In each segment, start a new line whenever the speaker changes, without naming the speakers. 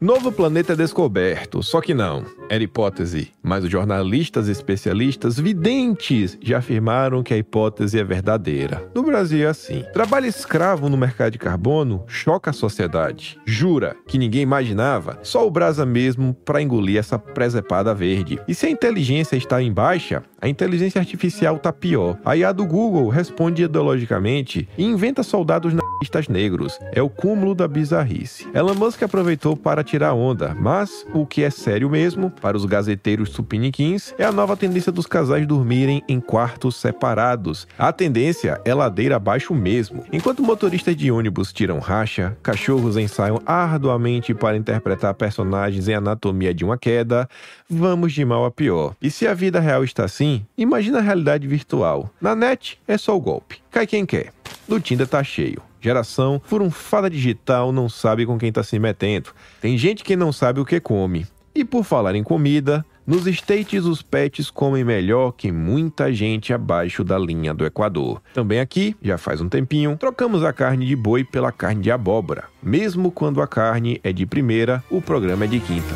Novo planeta descoberto, só que não, era hipótese. Mas os jornalistas especialistas videntes já afirmaram que a hipótese é verdadeira. No Brasil é assim. Trabalho escravo no mercado de carbono choca a sociedade. Jura que ninguém imaginava, só o Brasa mesmo para engolir essa presepada verde. E se a inteligência está em baixa, a inteligência artificial tá pior. A IA do Google responde ideologicamente e inventa soldados na artistas negros. É o cúmulo da bizarrice. Elon Musk aproveitou para tirar onda, mas o que é sério mesmo, para os gazeteiros supiniquins, é a nova tendência dos casais dormirem em quartos separados. A tendência é ladeira abaixo mesmo. Enquanto motoristas de ônibus tiram racha, cachorros ensaiam arduamente para interpretar personagens em anatomia de uma queda, vamos de mal a pior. E se a vida real está assim, imagina a realidade virtual. Na net, é só o golpe. Cai quem quer. No Tinder tá cheio. Geração furunfada digital não sabe com quem tá se metendo. Tem gente que não sabe o que come. E por falar em comida, nos States os pets comem melhor que muita gente abaixo da linha do Equador. Também aqui, já faz um tempinho, trocamos a carne de boi pela carne de abóbora. Mesmo quando a carne é de primeira, o programa é de quinta.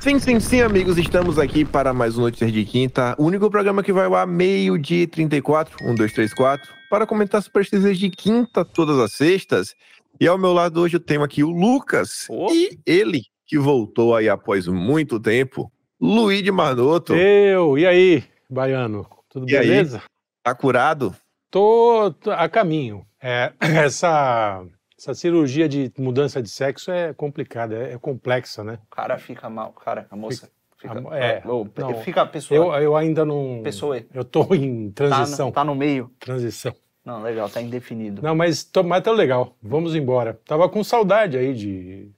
Sim, sim, sim, amigos, estamos aqui para mais um Notícias de Quinta, o único programa que vai ao ar meio-dia e um, 34, 1, 2, 3, 4, para comentar superstições de quinta todas as sextas. E ao meu lado hoje eu tenho aqui o Lucas
Opa.
e ele, que voltou aí após muito tempo, Luigi Manotto,
Eu, e aí, Baiano? Tudo
E aí?
beleza?
tá curado?
Tô, tô a caminho. É, essa, essa cirurgia de mudança de sexo é complicada, é, é complexa, né?
O cara fica mal, cara, a moça fica.
a- é,
ou- pe-
não.
fica a pessoa.
Eu, eu ainda não.
pessoa
Eu tô em
tá,
transição.
no, tá no meio.
Transição.
Não, legal, tá indefinido.
Não, mas, tô, mas tá legal. Vamos embora. Tava com saudade aí de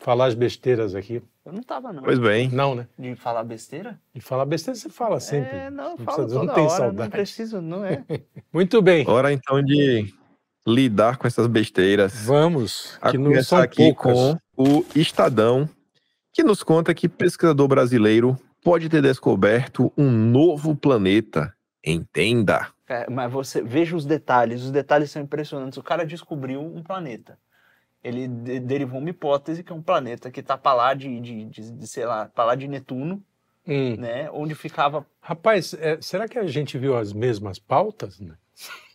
falar as besteiras aqui.
Eu não tava, não.
Pois bem,
Não, né?
De falar besteira?
E falar besteira você fala sempre.
É, não, eu
Não
falo
precisa-
toda
não tem
hora,
saudade.
não preciso, não é?
Muito bem.
hora então de lidar com essas besteiras.
Vamos.
A
Que não
começar
são
aqui
poucas.
com o Estadão, que nos conta que pesquisador brasileiro pode ter descoberto um novo planeta. Entenda.
É, mas você veja os detalhes, os detalhes são impressionantes. O cara descobriu um planeta. Ele de- derivou uma hipótese que é um planeta que tá pra lá de, de, de- de, sei lá, pra lá de Netuno,
Hum.
né? Onde ficava.
Rapaz, é, será que a gente viu as mesmas pautas? né?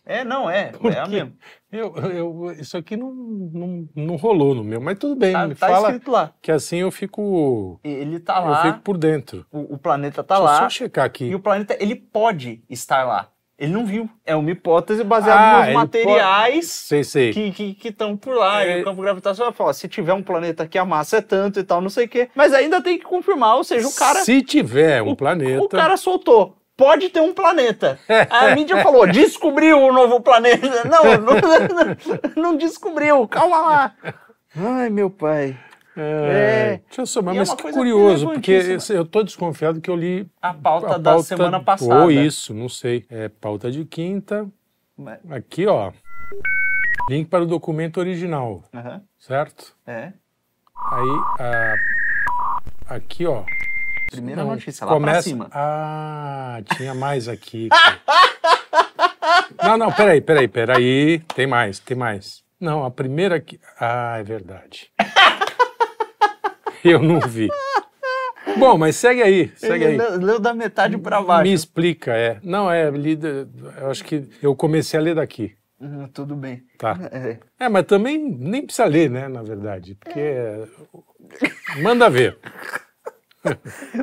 É, não, é,
Por
é a
quê?
mesma.
Eu, eu- isso aqui não, não, não rolou no meu, mas tudo bem,
Tá,
me
tá
fala
escrito lá.
que assim eu fico,
E- Ele tá
eu
lá,
fico por dentro.
o, o planeta tá
Deixa eu
lá.
só checar aqui.
E o planeta, ele pode estar lá. Ele não viu. É uma hipótese baseada
Ah,
nos
ele
materiais
Sei, sei.
que que que estão por lá.
É.
E o campo gravitacional fala, se tiver um planeta que a massa é tanto e tal, não sei o quê. Mas ainda tem que confirmar, ou seja, o cara,
Se tiver um planeta...
o cara soltou. Pode ter um planeta. A mídia falou, descobriu o novo planeta. Não, não, não, não descobriu. Calma lá. Ai, meu pai.
É,
É.
Deixa eu somar,
E é
mas
uma
que
coisa
curioso, porque
relevantíssima.
eu tô desconfiado que eu li
A pauta,
a
da
pauta-
semana passada.
Ou isso, não sei. É pauta de quinta.
Mas-
Aqui, ó. Link para o documento original,
Aham,
certo?
É.
Aí, a- aqui, ó.
Primeira
Não,
notícia, lá pra cima.
Ah, tinha mais aqui. cara. não, não, peraí, peraí, peraí. Tem mais, tem mais. Não, a primeira aqui. Ah, é verdade. Eu não vi. Bom, mas segue aí, segue
Ele
aí.
leu- leu da metade pra baixo.
Me explica, é. Não, é, lida. Eu acho que eu comecei a ler daqui.
Hum, Tudo bem.
Tá.
É.
É, mas também nem precisa ler, né, na verdade. Porque. é, Manda ver.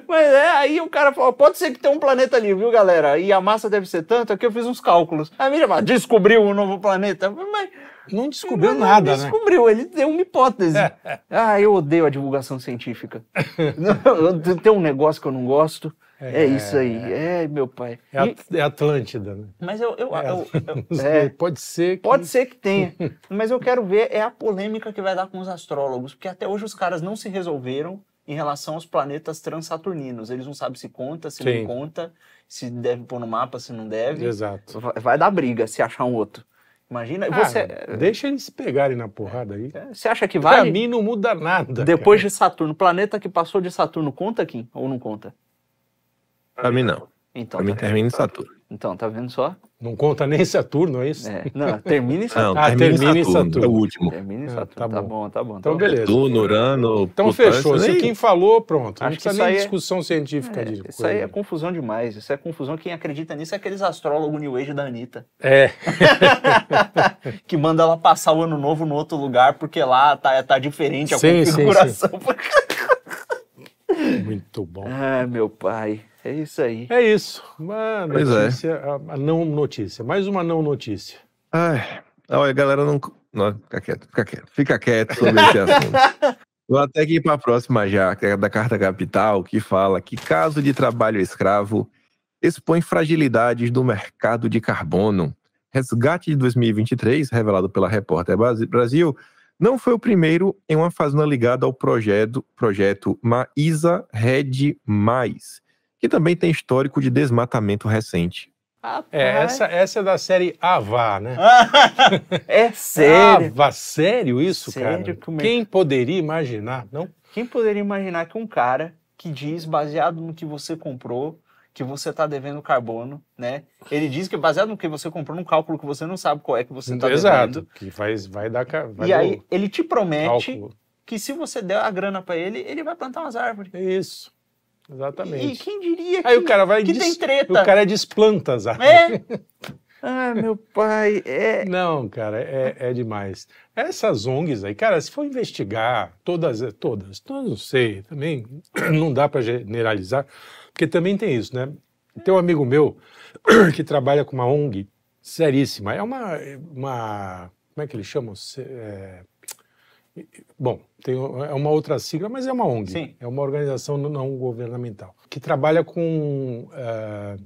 Mas é, aí o cara falou: pode ser que tenha um planeta ali, viu, galera? E a massa deve ser tanto, é que eu fiz uns cálculos. A mídia fala, descobriu um novo planeta. Mas
Não descobriu
mas
nada,
ele
né?
Descobriu, ele deu uma hipótese. ah, eu odeio a divulgação científica. Não, Tem um negócio que eu não gosto. É, isso aí. É, meu pai.
né? É,
E-
At- é Atlântida, né?
mas eu. eu-
É,
eu- eu-
não sei,
é.
Pode ser. que-
Pode ser que tenha, mas eu quero ver é a polêmica que vai dar com os astrólogos, porque até hoje os caras não se resolveram em relação aos planetas transaturninos. Eles não sabem se conta, se
Sim.
não conta, se deve pôr no mapa, se não deve.
Exato.
Vai- Vai dar briga se achar um outro. Imagina,
Ah, é.
você,
Deixa eles se pegarem na porrada aí.
você acha que
Pra
vale?
mim não muda nada.
Depois de Saturno, planeta que passou de Saturno conta aqui ou não conta?
Pra mim não.
Então,
Pra mim
tá,
termina em Saturno.
então tá vendo só?
Não conta nem Saturno, é isso?
É, Não, termina em Saturno.
Ah, termina em Saturno.
É o último.
Termina em
Ah, tá
Saturno. tá,
bom.
bom, tá bom.
Então,
tá bom.
beleza.
Saturno, Urano,
Então
Plutão,
fechou.
isso
Se
nem-
quem falou, pronto. Não
Acho que
precisa
isso
nem
aí é-
discussão científica
É,
de
isso aí é
coisa.
confusão demais. Isso é confusão. Quem acredita nisso é aqueles astrólogos New Age da Anitta.
É,
que manda ela passar o ano novo no outro lugar, porque lá tá, tá diferente a
Sim, sim,
configuração.
É, muito bom.
ah, meu pai. É isso aí.
É isso. Uma
Pois é.
notícia, a, a não notícia. Mais uma não notícia.
Ai, olha, galera, não... não. Fica quieto, fica quieto. Fica quieto sobre esse assunto. Vou até aqui para a próxima já, que é da Carta Capital, que fala que caso de trabalho escravo expõe fragilidades do mercado de carbono. Resgate de 2023, revelado pela Repórter Basi- Brasil, não foi o primeiro em uma fazenda ligada ao projeto, projeto Maísa Red Mais, que também tem histórico de desmatamento recente.
É, essa, essa é da série Avá, né?
é Ah, sério.
Avá, sério isso,
Sério é
cara?
que o merc-
Quem poderia imaginar, não?
Quem poderia imaginar que um cara que diz, baseado no que você comprou, que você tá devendo carbono, né? Ele diz que baseado no que você comprou, num cálculo que você não sabe qual é que você tá
Exato.
devendo.
Que vai, vai dar... ca- Vai
E
dar
aí,
o
ele te promete
cálculo.
que se você der a grana pra ele, ele vai plantar umas árvores.
É Isso.
E
Exatamente.
quem diria que,
Aí o cara vai... e
que
diz-
tem treta?
O cara é desplanta as árvores.
É? Ah, meu pai, é.
Não, cara, é, é demais. Essas ONGs aí, cara, se for investigar todas, todas, eu não sei, também não dá para generalizar, porque também tem isso, né? Tem um amigo meu que trabalha com uma ONG seríssima, é uma, uma como é que eles chamam? Se- é, bom, tem, o- é uma outra sigla, mas é uma ONG,
Sim.
é uma organização não governamental, que trabalha com... eh,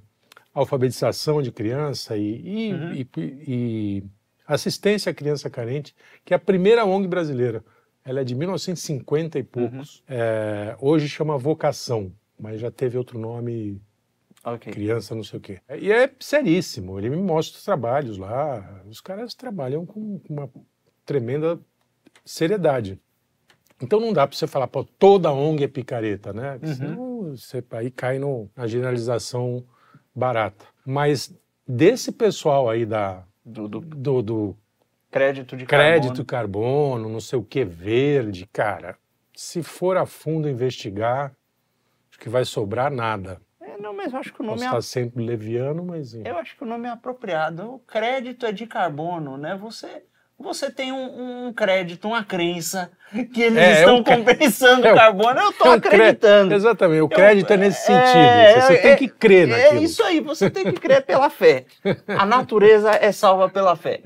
alfabetização de criança e, e-
Uhum.
e- e assistência à criança carente, que é a primeira ONG brasileira. Ela é de 1950 e poucos. É, hoje chama Vocação, mas já teve outro nome,
Ok.
criança não sei o quê. É. E é seríssimo. Ele me mostra os trabalhos lá. Os caras trabalham com com uma tremenda seriedade. Então não dá para você falar, pô, toda ONG é picareta, né? Porque
Uhum.
Senão você aí cai no- na generalização barata. Mas desse pessoal aí da,
Do, do
do, do
crédito de
crédito
carbono.
carbono, não sei o que, verde, cara, se for a fundo investigar, acho que vai sobrar nada.
É, não, mas eu acho que o
Posso
nome é.
estar sempre leviano, mas...
Eu acho que o nome é apropriado. O crédito é de carbono, né? Você. Você tem um, um crédito, uma crença, que eles
É, é
estão
um cre-
compensando
é um-
carbono. Eu estou
é um cre-
acreditando.
Exatamente, o crédito é nesse
é,
sentido.
é,
você tem
é,
que crer
É
naquilo.
isso aí, você tem que crer pela fé. A natureza é salva pela fé.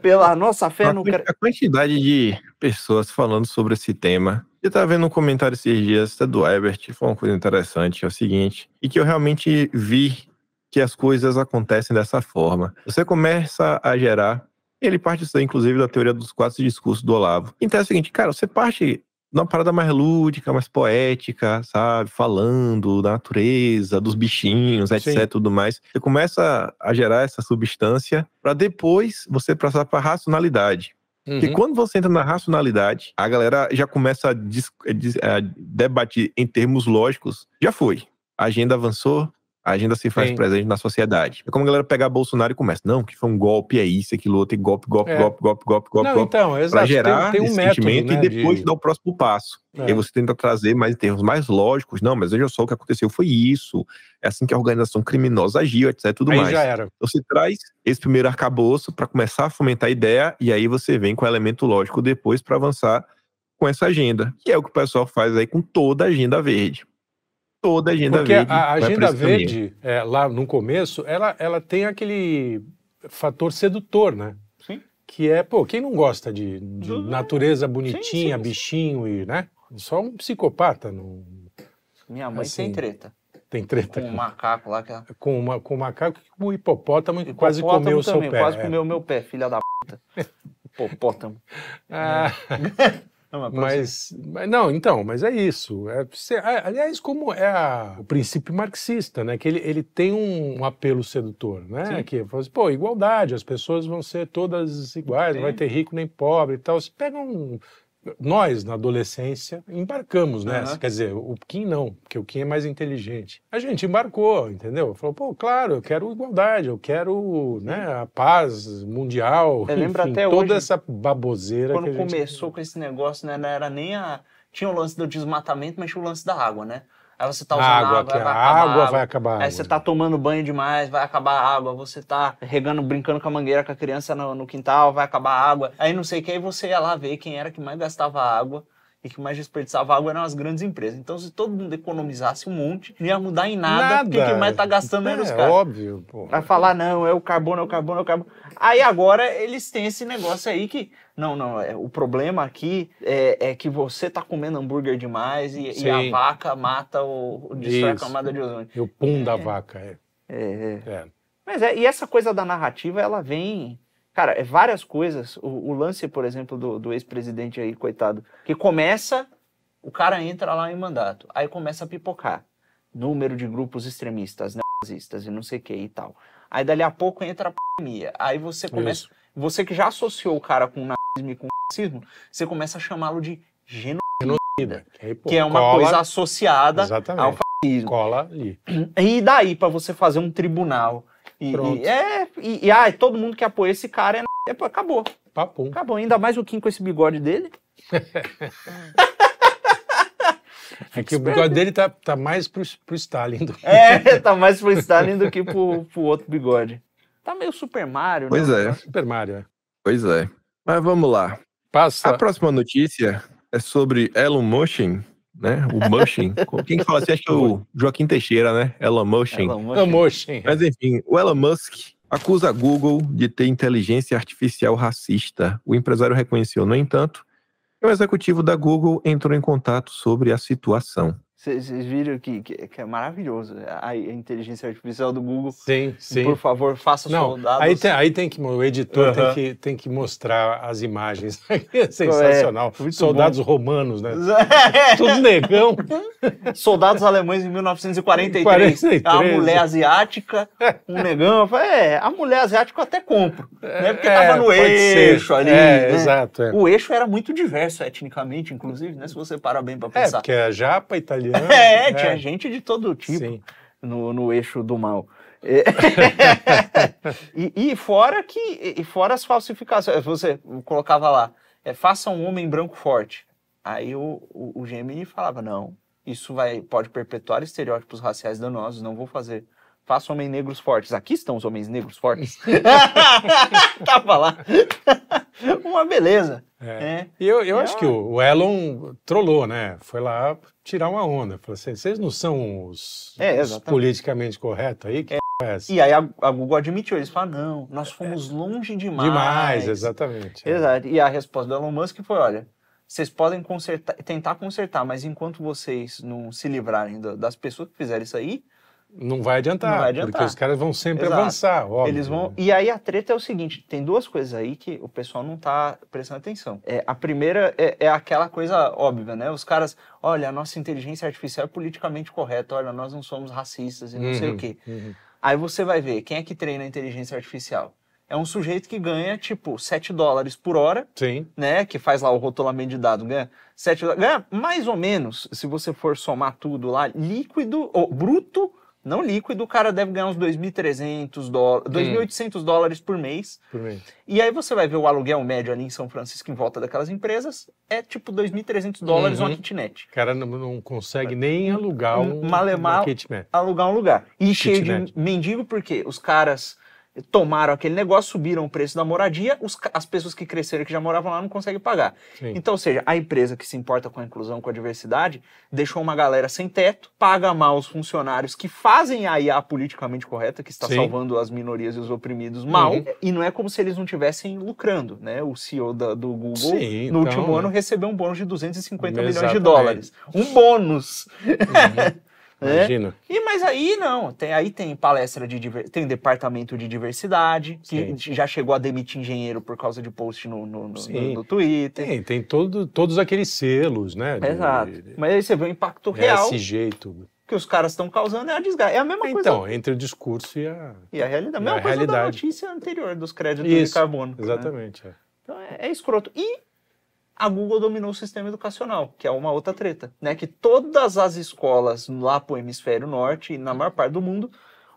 Pela nossa fé
a,
no
quan-
crédito.
a quantidade de pessoas falando sobre esse tema. Eu tava vendo um comentário esses dias até do Ebert, falou uma coisa interessante, é o seguinte, e que eu realmente vi que as coisas acontecem dessa forma. Você começa a gerar, ele parte isso aí, inclusive, da teoria dos quatro discursos do Olavo. Então é o seguinte, cara, você parte numa parada mais lúdica, mais poética, sabe? Falando da natureza, dos bichinhos, etc,
Sim.
tudo mais. Você começa a gerar essa substância para depois você passar para racionalidade.
Uhum.
Porque quando você entra na racionalidade, a galera já começa a, dis- a dis- a debater em termos lógicos. Já foi. A agenda avançou, a agenda se faz
Sim.
presente na sociedade. É como a galera pegar Bolsonaro e começa. Não, que foi um golpe, é isso, é aquilo outro, e golpe, golpe,
É.
golpe, golpe, golpe, golpe,
Não,
golpe.
então,
Pra
exato.
gerar
tem, tem um
esse
método,
sentimento
né,
e depois
de-
dar o próximo passo.
É.
E aí você tenta trazer mais em termos mais lógicos. Não, mas veja só o que aconteceu, foi isso. É assim que a organização criminosa agiu, etc. Tudo
Aí
mais.
já era.
Então, Você traz esse primeiro arcabouço para começar a fomentar a ideia e aí você vem com o elemento lógico depois para avançar com essa agenda, que é o que o pessoal faz aí com toda a agenda verde. Toda a agenda
Porque
verde.
a
vai pra
agenda
esse caminho.
verde, é, lá no começo, ela, ela tem aquele fator sedutor, né?
Sim.
Que é, pô, quem não gosta de, de
Do-
natureza
Sim, sim,
bonitinha,
sim.
bichinho e, né? Só um psicopata não
Minha mãe
Assim,
tem treta
tem treta
com um macaco lá que ela.
com, uma, com um macaco que o hipopótamo que
Hipopótamo
quase comeu o seu
também,
pé.
Quase
é.
comeu o meu pé, filha da puta. Hipopótamo.
Ah,
Não,
mas, mas não, então, mas é isso. É, você- a- aliás, como é a- o princípio marxista, né? Que ele, ele tem um, um apelo sedutor, né?
Sim.
Que fala assim, pô, igualdade, as pessoas vão ser todas iguais, não vai
Sim.
ter rico nem pobre e tal. Você pega um nós, na adolescência, embarcamos nessa.
Aham.
Quer dizer, o Kim não, porque o Kim é mais inteligente. A gente embarcou, entendeu? Falou, pô, claro, eu quero igualdade, eu quero né, a paz mundial.
Eu lembro
enfim,
até
toda
hoje,
essa baboseira que
Quando
a gente...
começou com esse negócio, né, não era nem a. Tinha o lance do desmatamento, mas tinha o lance da água, né? Aí você tá
a
usando
água, que
vai
a
acabar a
água vai acabar. a
Aí
água.
você tá tomando banho demais, vai acabar a água. Você tá regando, brincando com a mangueira com a criança no, no quintal, vai acabar a água. Aí não sei o que, aí você ia lá ver quem era que mais gastava água e que mais desperdiçava água eram as grandes empresas. Então, se todo mundo economizasse um monte, não ia mudar em nada,
Nada.
porque quem mais tá gastando
é,
eram os caras.
óbvio, pô.
Vai falar, não, é o carbono, é o carbono, é o carbono. Aí agora eles têm esse negócio aí que, não, não, é, o problema aqui é, é que você tá comendo hambúrguer demais e, e a
Sim.
vaca mata o, destrói a
Isso.
camada de ozônio.
E o pum da vaca, é.
É, é.
é.
Mas é, e essa coisa da narrativa, ela vem. Cara, é várias coisas. O, o lance, por exemplo, do, do ex-presidente aí, coitado, que começa, o cara entra lá em mandato, aí começa a pipocar. Número de grupos extremistas, nazistas e não sei o que e tal. Aí dali a pouco entra a pandemia. Aí você começa.
Isso.
Você que já associou o cara com o nazismo e com o fascismo, você começa a chamá-lo de genocídio,
Aí, pô,
que é uma
cola,
coisa associada
Exatamente.
ao fascismo.
Cola ali.
E daí pra você fazer um tribunal? E,
Pronto.
e- é, e, e, ai, todo mundo que apoia esse cara é, é pô, acabou,
Papum.
acabou. Ainda mais o Kim com esse bigode dele.
É que o bigode dele tá, tá mais pro, pro Stalin do
É, tá mais pro Stalin do que pro, pro outro bigode. Tá meio Super Mario,
Pois
né?
é,
Super Mario. é.
pois é. Mas vamos lá.
Passa.
Ah,
A próxima notícia é sobre Elon Musk, né? O Musk. Quem que fala assim? Acho que é o Joaquim Teixeira, né? Elon
é,
Musk.
Elon Musk.
Amoxin.
Mas enfim, o Elon Musk acusa a Google de ter inteligência artificial racista. O empresário reconheceu, no entanto, que o executivo da Google entrou em contato sobre a situação.
Vocês vocês viram que, que, que é maravilhoso a, a inteligência artificial do Google.
Sim, sim.
Por favor, faça os
Não,
soldados.
aí tem, aí tem que, o editor
Aham.
tem, que, tem que mostrar as imagens. é sensacional.
muito
Soldados romanos, né? Tudo negão.
Soldados alemães em 1943.
43,
A É mulher asiática, um negão. Eu falei, é, a mulher asiática eu até compro. né? Porque
É,
tava no
pode ser.
eixo ali.
É,
né?
exato. É.
O eixo era muito diverso etnicamente, inclusive, né? Se você parar bem pra
É,
pensar.
porque é japa, italiano.
É, tinha gente de todo tipo
Sim.
no, no eixo do mal. É. e, e fora que e fora as falsificações. Você colocava lá, é, faça um homem branco forte. Aí o, o, o Gemini falava, não, isso vai, pode perpetuar estereótipos raciais danosos, não vou fazer. Faça homens negros fortes. Aqui estão os homens negros fortes. Tava lá. Uma beleza.
É.
né?
E eu, eu
É
acho que o, o Elon trollou, né? Foi lá tirar uma onda. Falou assim, vocês não são os,
É,
os
exatamente.
politicamente corretos aí? Que porra é essa?
E aí a, a Google admitiu, eles falaram, não, nós fomos longe demais.
É. Demais, exatamente. é.
Exato. E a resposta do Elon Musk foi, olha, vocês podem consertar, tentar consertar, mas enquanto vocês não se livrarem da- das pessoas que fizeram isso aí,
Não vai adiantar,
Não vai adiantar.
porque os caras vão sempre
Exato.
avançar, óbvio.
eles vão...
né?
E aí a treta é o seguinte, tem duas coisas aí que o pessoal não tá prestando atenção. É, a primeira é, é aquela coisa óbvia, né? Os caras, olha, a nossa inteligência artificial é politicamente correta, olha, nós não somos racistas e não sei
Uhum,
o quê.
uhum.
Aí você vai ver quem é que treina a inteligência artificial. É um sujeito que ganha, tipo, 7 dólares por hora,
Sim,
né? Que faz lá o rotolamento de dados, ganha 7 dólares. Ganha mais ou menos, se você for somar tudo lá, líquido, ou bruto, não líquido, o cara deve ganhar uns 2.300 dólares, 2.800 dólares por mês.
por mim.
E aí você vai ver o aluguel médio ali em São Francisco, em volta daquelas empresas, é tipo 2.300 dólares
Uhum.
uma kitnet.
O cara não, não consegue nem alugar um,
Malemar-
um kitman.
alugar um lugar. E cheio de
Kitnet.
mendigo, porque os caras tomaram aquele negócio, subiram o preço da moradia, os ca- as pessoas que cresceram, que já moravam lá, não conseguem pagar.
Sim.
Então, ou seja, a empresa que se importa com a inclusão, com a diversidade, deixou uma galera sem teto, paga mal os funcionários que fazem a IA politicamente correta, que está
Sim.
salvando as minorias e os oprimidos mal,
Uhum.
e não é como se eles não estivessem lucrando, né? O CEO da- do Google,
Sim, então,
no último
né?
ano, recebeu um bônus de 250 milhões de
Exatamente.
dólares. Um bônus! né?
Imagina.
E mas aí não, tem, aí tem palestra de diver- tem departamento de diversidade que
Sim.
já chegou a demitir engenheiro por causa de post no, no, no-
Sim.
no Twitter.
Tem, tem todo, todos aqueles selos, né? de-
Exato.
de-
Mas aí você vê o impacto real
É, Esse jeito.
que os caras estão causando é a desgraça. É a mesma coisa
Então, entre o discurso e a.
e a realidade. A
e
mesma
a
coisa da
realidade.
notícia anterior dos créditos de
Isso,
carbono. né?
Exatamente. é.
Então é, é escroto. E a Google dominou o sistema educacional, que é uma outra treta, né? Que todas as escolas lá pro hemisfério norte e na maior parte do mundo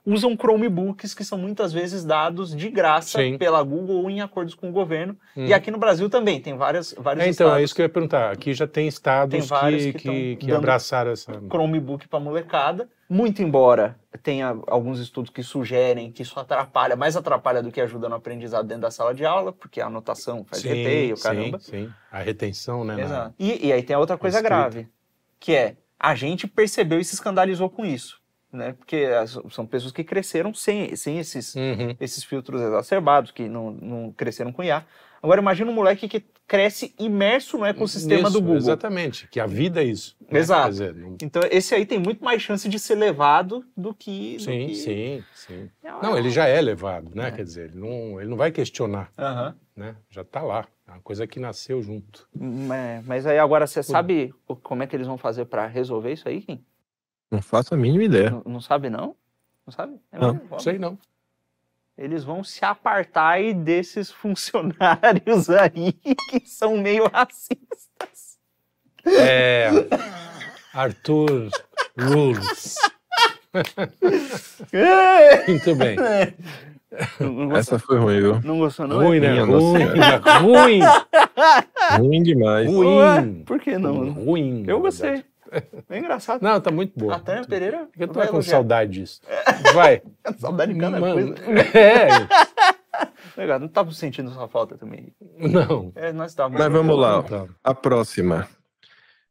usam Chromebooks que são muitas vezes dados de graça
Sim.
pela Google ou em acordos com o governo.
Uhum.
E aqui no Brasil também tem várias vários
É, então, é
estados
isso que eu ia perguntar. Aqui já tem estados
Tem vários
que,
que
que,
tão
que
dando-
abraçaram essa.
Chromebook para molecada, muito embora tenha alguns estudos que sugerem que isso atrapalha, mais atrapalha do que ajuda no aprendizado dentro da sala de aula, porque a anotação faz reteio, caramba.
Sim, sim. A retenção, né? na-
Exato. E, e aí tem a outra coisa
Escrita.
grave, que é a gente percebeu e se escandalizou com isso, né? Porque as- são pessoas que cresceram sem, sem esses,
Uhum.
esses filtros exacerbados, que não, não cresceram com IA. Agora imagina um moleque que cresce imerso no ecossistema
Isso,
do Google.
Exatamente, que a vida é isso. né?
Exato.
Quer dizer, não-
Então esse aí tem muito mais chance de ser levado do que... do
Sim,
que- Ah,
sim, sim. Não, ele já é levado, né?
É.
Quer dizer, ele não, ele não vai questionar,
Aham.
né? Já está lá. É uma coisa que nasceu junto.
Mas, mas aí agora você sabe o- como é que eles vão fazer pra resolver isso aí, Kim?
Não faço a mínima ideia.
Não, não sabe não? Não sabe? É
Não.
mesmo?
É. Não sei não.
Eles vão se apartar aí desses funcionários aí que são meio assim. racistas.
É. Arthur Lures. Muito bem.
não, não gostou,
Essa foi ruim, viu?
não gostou, não?
Ruim, né?
Minha
Ruim,
nossa
ruim,
Ruim demais.
ruim.
Por que
Ruim.
não?
Ruim.
Eu
na verdade.
gostei. É engraçado.
Não, tá muito boa.
A Tânia Pereira.
Eu tô
vai
com
elogiar.
saudade disso. Vai.
Saudade de cada
Mano,
coisa.
É.
Legal, não tava sentindo sua falta também.
Não.
É, nós estávamos.
Mas vamos lá. ó.
Tá.
A próxima.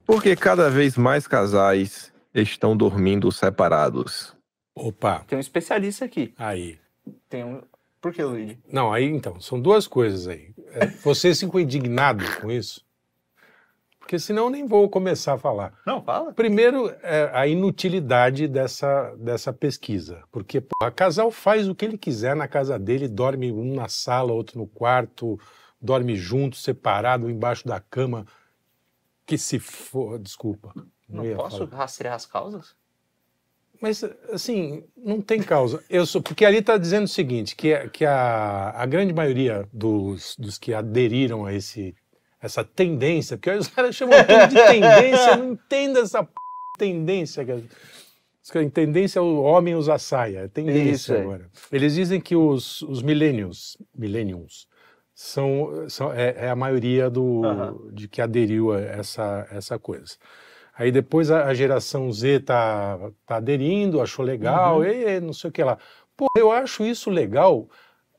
Por que cada vez mais casais estão dormindo separados?
Opa,
Tem um especialista aqui.
aí.
Tem um... Por que, Luigi?
Não, aí então, são duas coisas aí. É, Vocês ficam indignados com isso? Porque senão eu nem vou começar a falar.
Não, fala.
Primeiro, é, a inutilidade dessa, dessa pesquisa. Porque, porra, casal faz o que ele quiser na casa dele, dorme um na sala, outro no quarto, dorme junto, separado, embaixo da cama. Que se for. Desculpa.
Não
ia
posso
falar.
rastrear as causas?
Mas, assim, não tem causa. Eu sou, porque ali está dizendo o seguinte, que, a- que a, a grande maioria dos, dos que aderiram a esse, essa tendência, porque os caras chamam tudo de tendência, eu não entendo essa p... tendência. cara. Os caras- Tendência é o homem usar saia, é tendência
Isso, é.
agora. Eles dizem que os, os millennials, millennials são, são, é, é a maioria do,
Aham.
de que aderiu a essa, essa coisa. Aí depois a, a geração Z tá, tá aderindo, achou legal,
Uhum.
e, e não sei o que lá. Pô, eu acho isso legal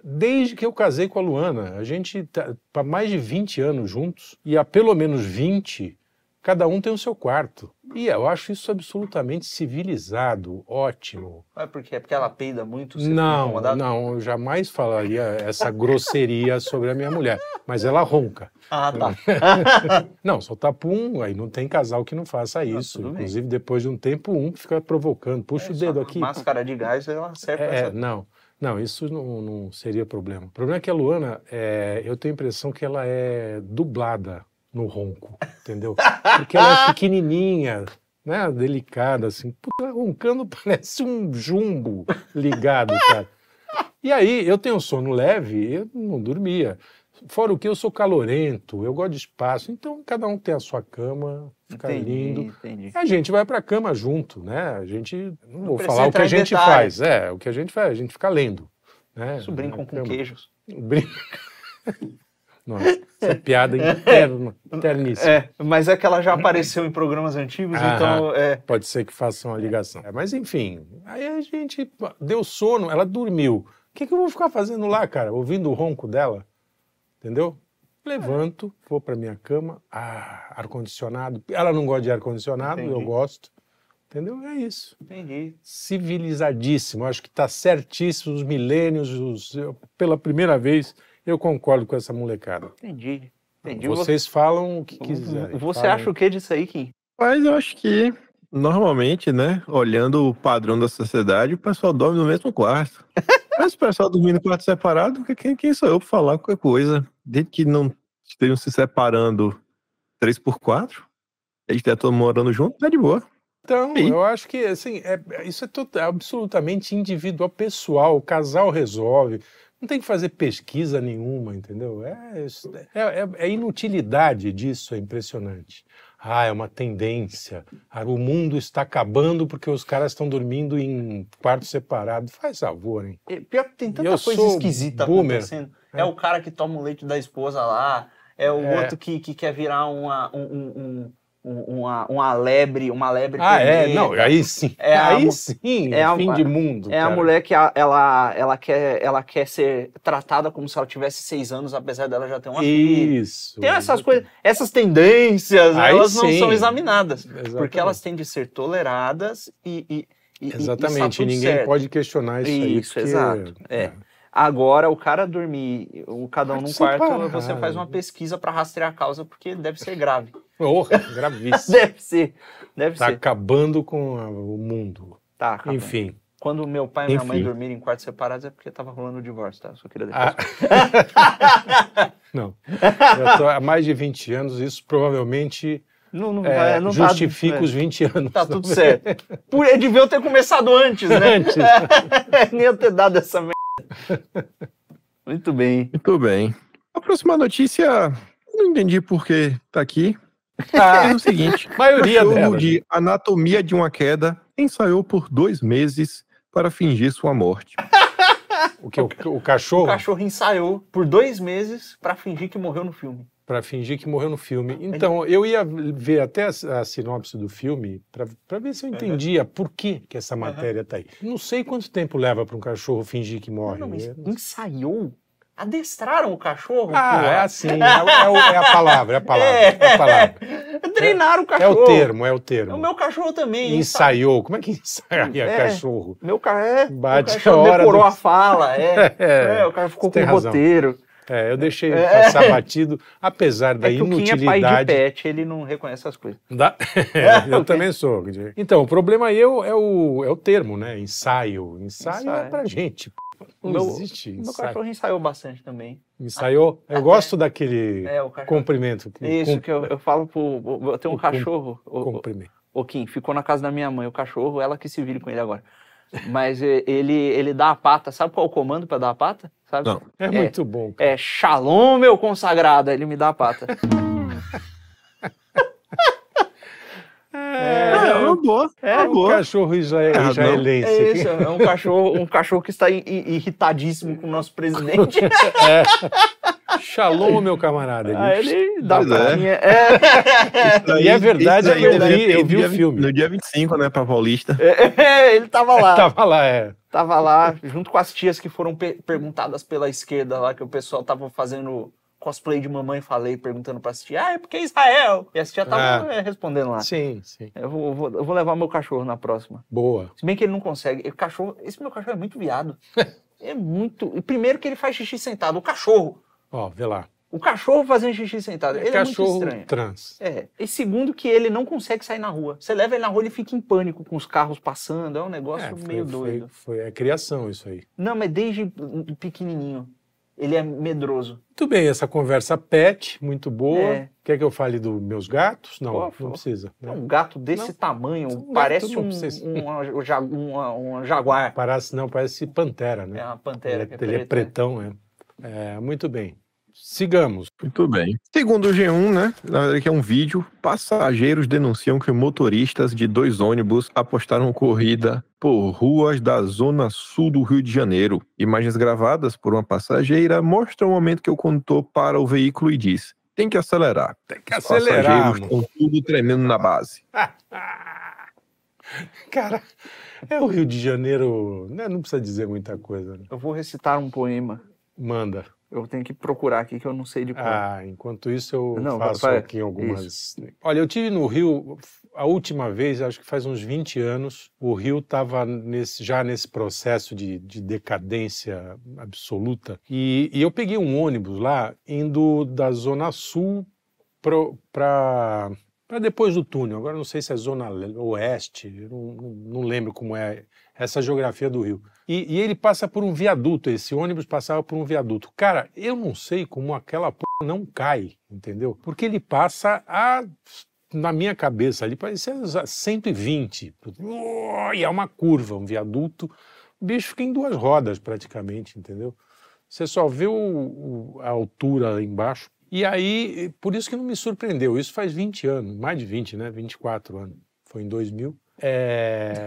desde que eu casei com a Luana. A gente tá há mais de 20 anos juntos e há pelo menos 20, cada um tem o seu quarto. E eu acho isso absolutamente civilizado, ótimo.
Mas por quê? É porque ela peida muito? você fica
Não,
incomodado?
não, eu jamais falaria essa grosseria sobre a minha mulher, mas ela ronca.
Ah, tá.
Não, soltar pum, um, aí não tem casal que não faça isso.
tudo bem.
Inclusive, depois de um tempo, um fica provocando, puxa o
É,
dedo
só
aqui.
Máscara de gás, ela serve
É,
pra
é,
essa.
não, não, isso não, não seria problema. O problema é que a Luana, é, eu tenho a impressão que ela é dublada no ronco, entendeu? Porque ela é pequenininha, né, delicada, assim, puta, roncando parece um jumbo ligado, cara. E aí, eu tenho sono leve, eu não dormia. Fora o que, eu sou calorento, eu gosto de espaço, então cada um tem a sua cama, fica
Entendi,
lindo.
entendi.
A gente vai pra cama junto, né? A gente não, vou
precisa
falar o que
entrar
a
em
gente
detalhe.
faz, é o que a gente faz, a gente fica lendo, né?
Isso brincam
Na
com
cama.
queijos.
Brinca. Nossa, essa é piada interna, interníssima.
É, mas é que ela já apareceu em programas antigos,
Aham.
então é.
Pode ser que façam uma ligação. É, mas enfim, aí a gente pô, deu sono, ela dormiu. O que, que eu vou ficar fazendo lá, cara? Ouvindo o ronco dela? Entendeu? Levanto, vou pra minha cama, ah, ar-condicionado. Ela não gosta de ar-condicionado, eu
Entendi.
gosto. Entendeu? É isso.
Entendi.
civilizadíssimo. Eu Acho que está certíssimo os milênios. Os, eu- pela primeira vez, eu concordo com essa molecada.
Entendi. Entendi.
Vocês falam o que
Você-
quiserem.
Você
falam.
acha o que disso aí, Kim?
Mas eu acho que, normalmente, né? Olhando o padrão da sociedade, o pessoal dorme no mesmo quarto. Mas o pessoal dormindo em quarto separado, que- quem, quem sou eu pra falar qualquer coisa? Desde que não estejam se separando três por quatro, eles estão todos morando junto, tá de boa.
Então,
Sim.
eu acho que assim, é- isso é, tot- absolutamente individual, pessoal. O casal resolve. Não tem que fazer pesquisa nenhuma, entendeu? É, é, é- é inutilidade disso, é impressionante. Ah, é uma tendência. Ah, o mundo está acabando porque os caras estão dormindo em quarto separado. Faz favor, hein?
E É, Pior que tem tanta
Eu
coisa
sou
esquisita
boomer.
acontecendo.
É.
É. o cara que toma o leite da esposa lá, é o
É.
outro que, que quer virar uma, um- um- um- um- uma, uma lebre, uma lebre
Ah, é?
perneta.
Não, aí sim.
É a
aí
mu-
sim,
é a-
fim de mundo.
É a
cara.
mulher que a- ela, ela, quer, ela quer ser tratada como se ela tivesse seis anos, apesar dela já ter uma filha.
Isso.
É um Tem essas coisas, essas tendências,
Aí
elas não
sim.
são examinadas.
Exatamente.
Porque elas têm de ser toleradas e. e- e- e- e está
Exatamente,
tudo
ninguém
certo.
pode questionar isso, aí.
Isso, exato, é. Agora, o cara dormir, o cada um num
Pode
quarto,
separar.
você faz uma pesquisa para rastrear a causa, porque deve ser grave.
Porra, é gravíssimo.
deve ser, deve
Tá
ser.
acabando com a- o mundo.
Tá, acabou.
Enfim.
Quando meu pai e minha mãe
Enfim.
dormirem em quartos separados é porque tava rolando o divórcio, tá? Só queria deixar.
Ah. não. Eu tô há mais de 20 anos, isso provavelmente
Não, não,
é,
vai- não tá-
justifica os 20 anos.
Tá tudo certo. Por, ele devia ter começado antes, né?
Antes.
Nem eu ter dado essa merda. Muito bem.
Muito bem. A próxima notícia, não entendi por que tá aqui. É o seguinte:
A maioria
o
Ah. dela.
filme de Anatomia de uma Queda ensaiou por dois meses para fingir sua morte.
O, que, o, o cachorro,
O cachorro ensaiou por dois meses pra fingir que morreu no filme.
pra fingir que morreu no filme. Então, eu ia ver até a, a sinopse do filme pra pra ver se eu entendia por que, que essa matéria tá aí. Não sei quanto tempo leva pra um cachorro fingir que morre. né?
Não, mas
Eu não
ensaiou? Adestraram o cachorro?
Ah,
pô.
é assim, é, é o- é a palavra, é a palavra,
É.
é a palavra.
Treinaram o
É
cachorro.
o termo, é o
O
termo.
meu cachorro também. ensa-
Ensaiou, como é que ensaia
É.
cachorro?
Meu ca... é,
Bate
o cachorro
a hora
decorou
do-
a fala, é.
É.
É, o cara ficou
Você tem
com o
razão.
roteiro.
É, eu deixei passar batido, apesar da
É que o Kim é pai de
inutilidade.
pet, ele não reconhece as coisas.
da- eu também sou. Então, o problema aí é o, é o, é o termo, né? Ensaio. Ensaio, é
Ensaio.
pra gente. p***. Não
Meu-
existe
O meu
ensaio.
cachorro ensaiou bastante também.
Ensaiou. Eu gosto daquele
É, o cachorro.
comprimento. que-
Isso
com-
que eu, eu falo pro. eu- Eu tenho um
Com- com-
cachorro, o,
comprimento.
o, o Kim, ficou na casa da minha mãe. O cachorro, ela que se vire com ele agora. Mas e- ele, ele dá a pata. Sabe qual é o comando pra dar a pata? Sabe?
Não.
É, muito bom. cara.
É Shalom, meu consagrado. Aí Ele me dá a pata.
É, uma boa. É, uma
É um
boa.
cachorro israel-
Ah, não.
israelense.
É isso, é um cachorro, um cachorro que está i- i- irritadíssimo com o nosso presidente.
É. Shalom, meu camarada. Ele-
Aí Ah, ele dá
Pois é.
patinha. É.
E é verdade,
isso aí
eu vi-
devia ter
eu vi o
dia-
filme.
No dia 25, né, pra Paulista.
É, ele tava lá.
Tá.
Tava lá, é.
Tava lá, junto com as tias que foram pe- perguntadas pela esquerda lá, que o pessoal tava fazendo cosplay de mamãe, falei, perguntando pra assistir. Ah, é porque é Israel. E as tias estavam
Ah.
é, respondendo lá.
Sim, sim.
Eu vou, vou- eu vou levar meu cachorro na próxima.
Boa.
Se bem que ele não consegue. O cachorro, esse meu cachorro é muito viado. é muito. E primeiro que ele faz xixi sentado. O cachorro.
Ó, vê lá.
O cachorro fazendo xixi sentado. Ele é
Cachorro
muito estranho.
trans.
É. E segundo que ele não consegue sair na rua. Você leva ele na rua, ele fica em pânico com os carros passando. É um negócio
foi-
meio
foi,
doido.
Foi, é criação isso aí.
Não, mas desde pequenininho. Ele é medroso.
Muito bem, essa conversa pet, muito boa.
É.
Quer que eu fale dos meus gatos? Não,
Por
não
favor.
precisa. né?
É um gato desse
Não,
tamanho,
um gato
parece
não
um,
precisa.
um, um ja- uma- uma jaguar.
Parece, não, parece pantera, né?
É uma
ele,
pantera.
é-
que
ele é
preta, né?
pretão, é. é. Muito bem. Sigamos.
Muito bem. Segundo o G1, né? Na verdade, que é um vídeo. Passageiros denunciam que motoristas de dois ônibus apostaram corrida por ruas da zona sul do Rio de Janeiro. Imagens gravadas por uma passageira mostram o momento que o condutor para o veículo e diz: tem que acelerar.
Tem que
Os Passageiros com tudo tremendo na base.
Cara, é o Rio de Janeiro. né? Não precisa dizer muita coisa, né?
Eu vou recitar um poema.
Manda.
Eu tenho que procurar aqui que eu não sei de qual.
Ah, enquanto isso eu
Não,
faço
vai-
aqui algumas. Olha, eu tive no Rio a última vez, acho que faz uns 20 anos. O Rio estava já nesse processo de, de decadência absoluta. E, e eu peguei um ônibus lá indo da Zona Sul para para depois do túnel. Agora não sei se é zona le- oeste, eu não, não- não lembro como é essa geografia do Rio. E, e ele passa por um viaduto, esse ônibus passava por um viaduto. Cara, eu não sei como aquela porra não cai, entendeu? Porque ele passa a na minha cabeça ali parecia uns 120. E é uma curva, um viaduto. O bicho fica em duas rodas praticamente, entendeu? Você só vê o- o- a altura lá embaixo. E aí, por isso que não me surpreendeu. Isso faz 20 anos, mais de 20, né? 24 anos. Foi em 2000. É...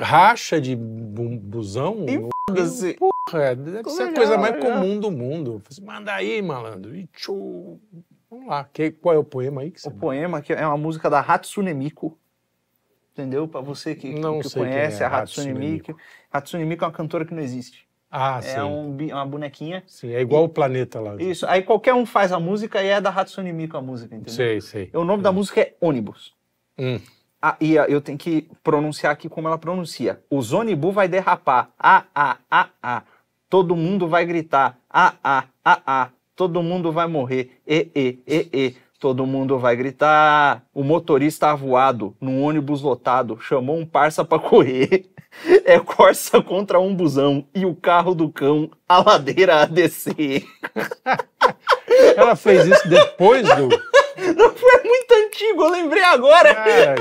Racha de bu- busão.
E
no-
Foda-se.
Porra, É, deve ser a
Legal,
coisa mais
legal.
comum do mundo. Falei assim, Manda aí, malandro. E tchô. Vamos lá. Que, qual é o poema aí que você
O poema que é uma música da Hatsune Miku. Entendeu? Pra você que, que-
Não
que
sei quem
conhece
é
a Hatsune,
Hatsune
Miku. Hatsune Miku é uma cantora que não existe.
Ah, sim.
é um bi- uma bonequinha.
Sim, é igual o planeta lá.
Isso. Aí qualquer um faz a música e é da Hatsune Miku a música, entendeu?
Sei, sei.
O nome da música é Ônibus.
Hum.
Ah, e ah, eu tenho que pronunciar aqui como ela pronuncia. O Zonibu vai derrapar. Ah, ah, ah, ah. Todo mundo vai gritar. Ah, ah, ah, ah. Todo mundo vai morrer. E, e, e, e. Todo mundo vai gritar. O motorista avoado, num ônibus lotado, chamou um parça pra correr. É Corsa contra um busão e o carro do cão, a ladeira a descer.
Ela fez isso depois do.
Não foi muito antigo, eu lembrei agora.
Cara,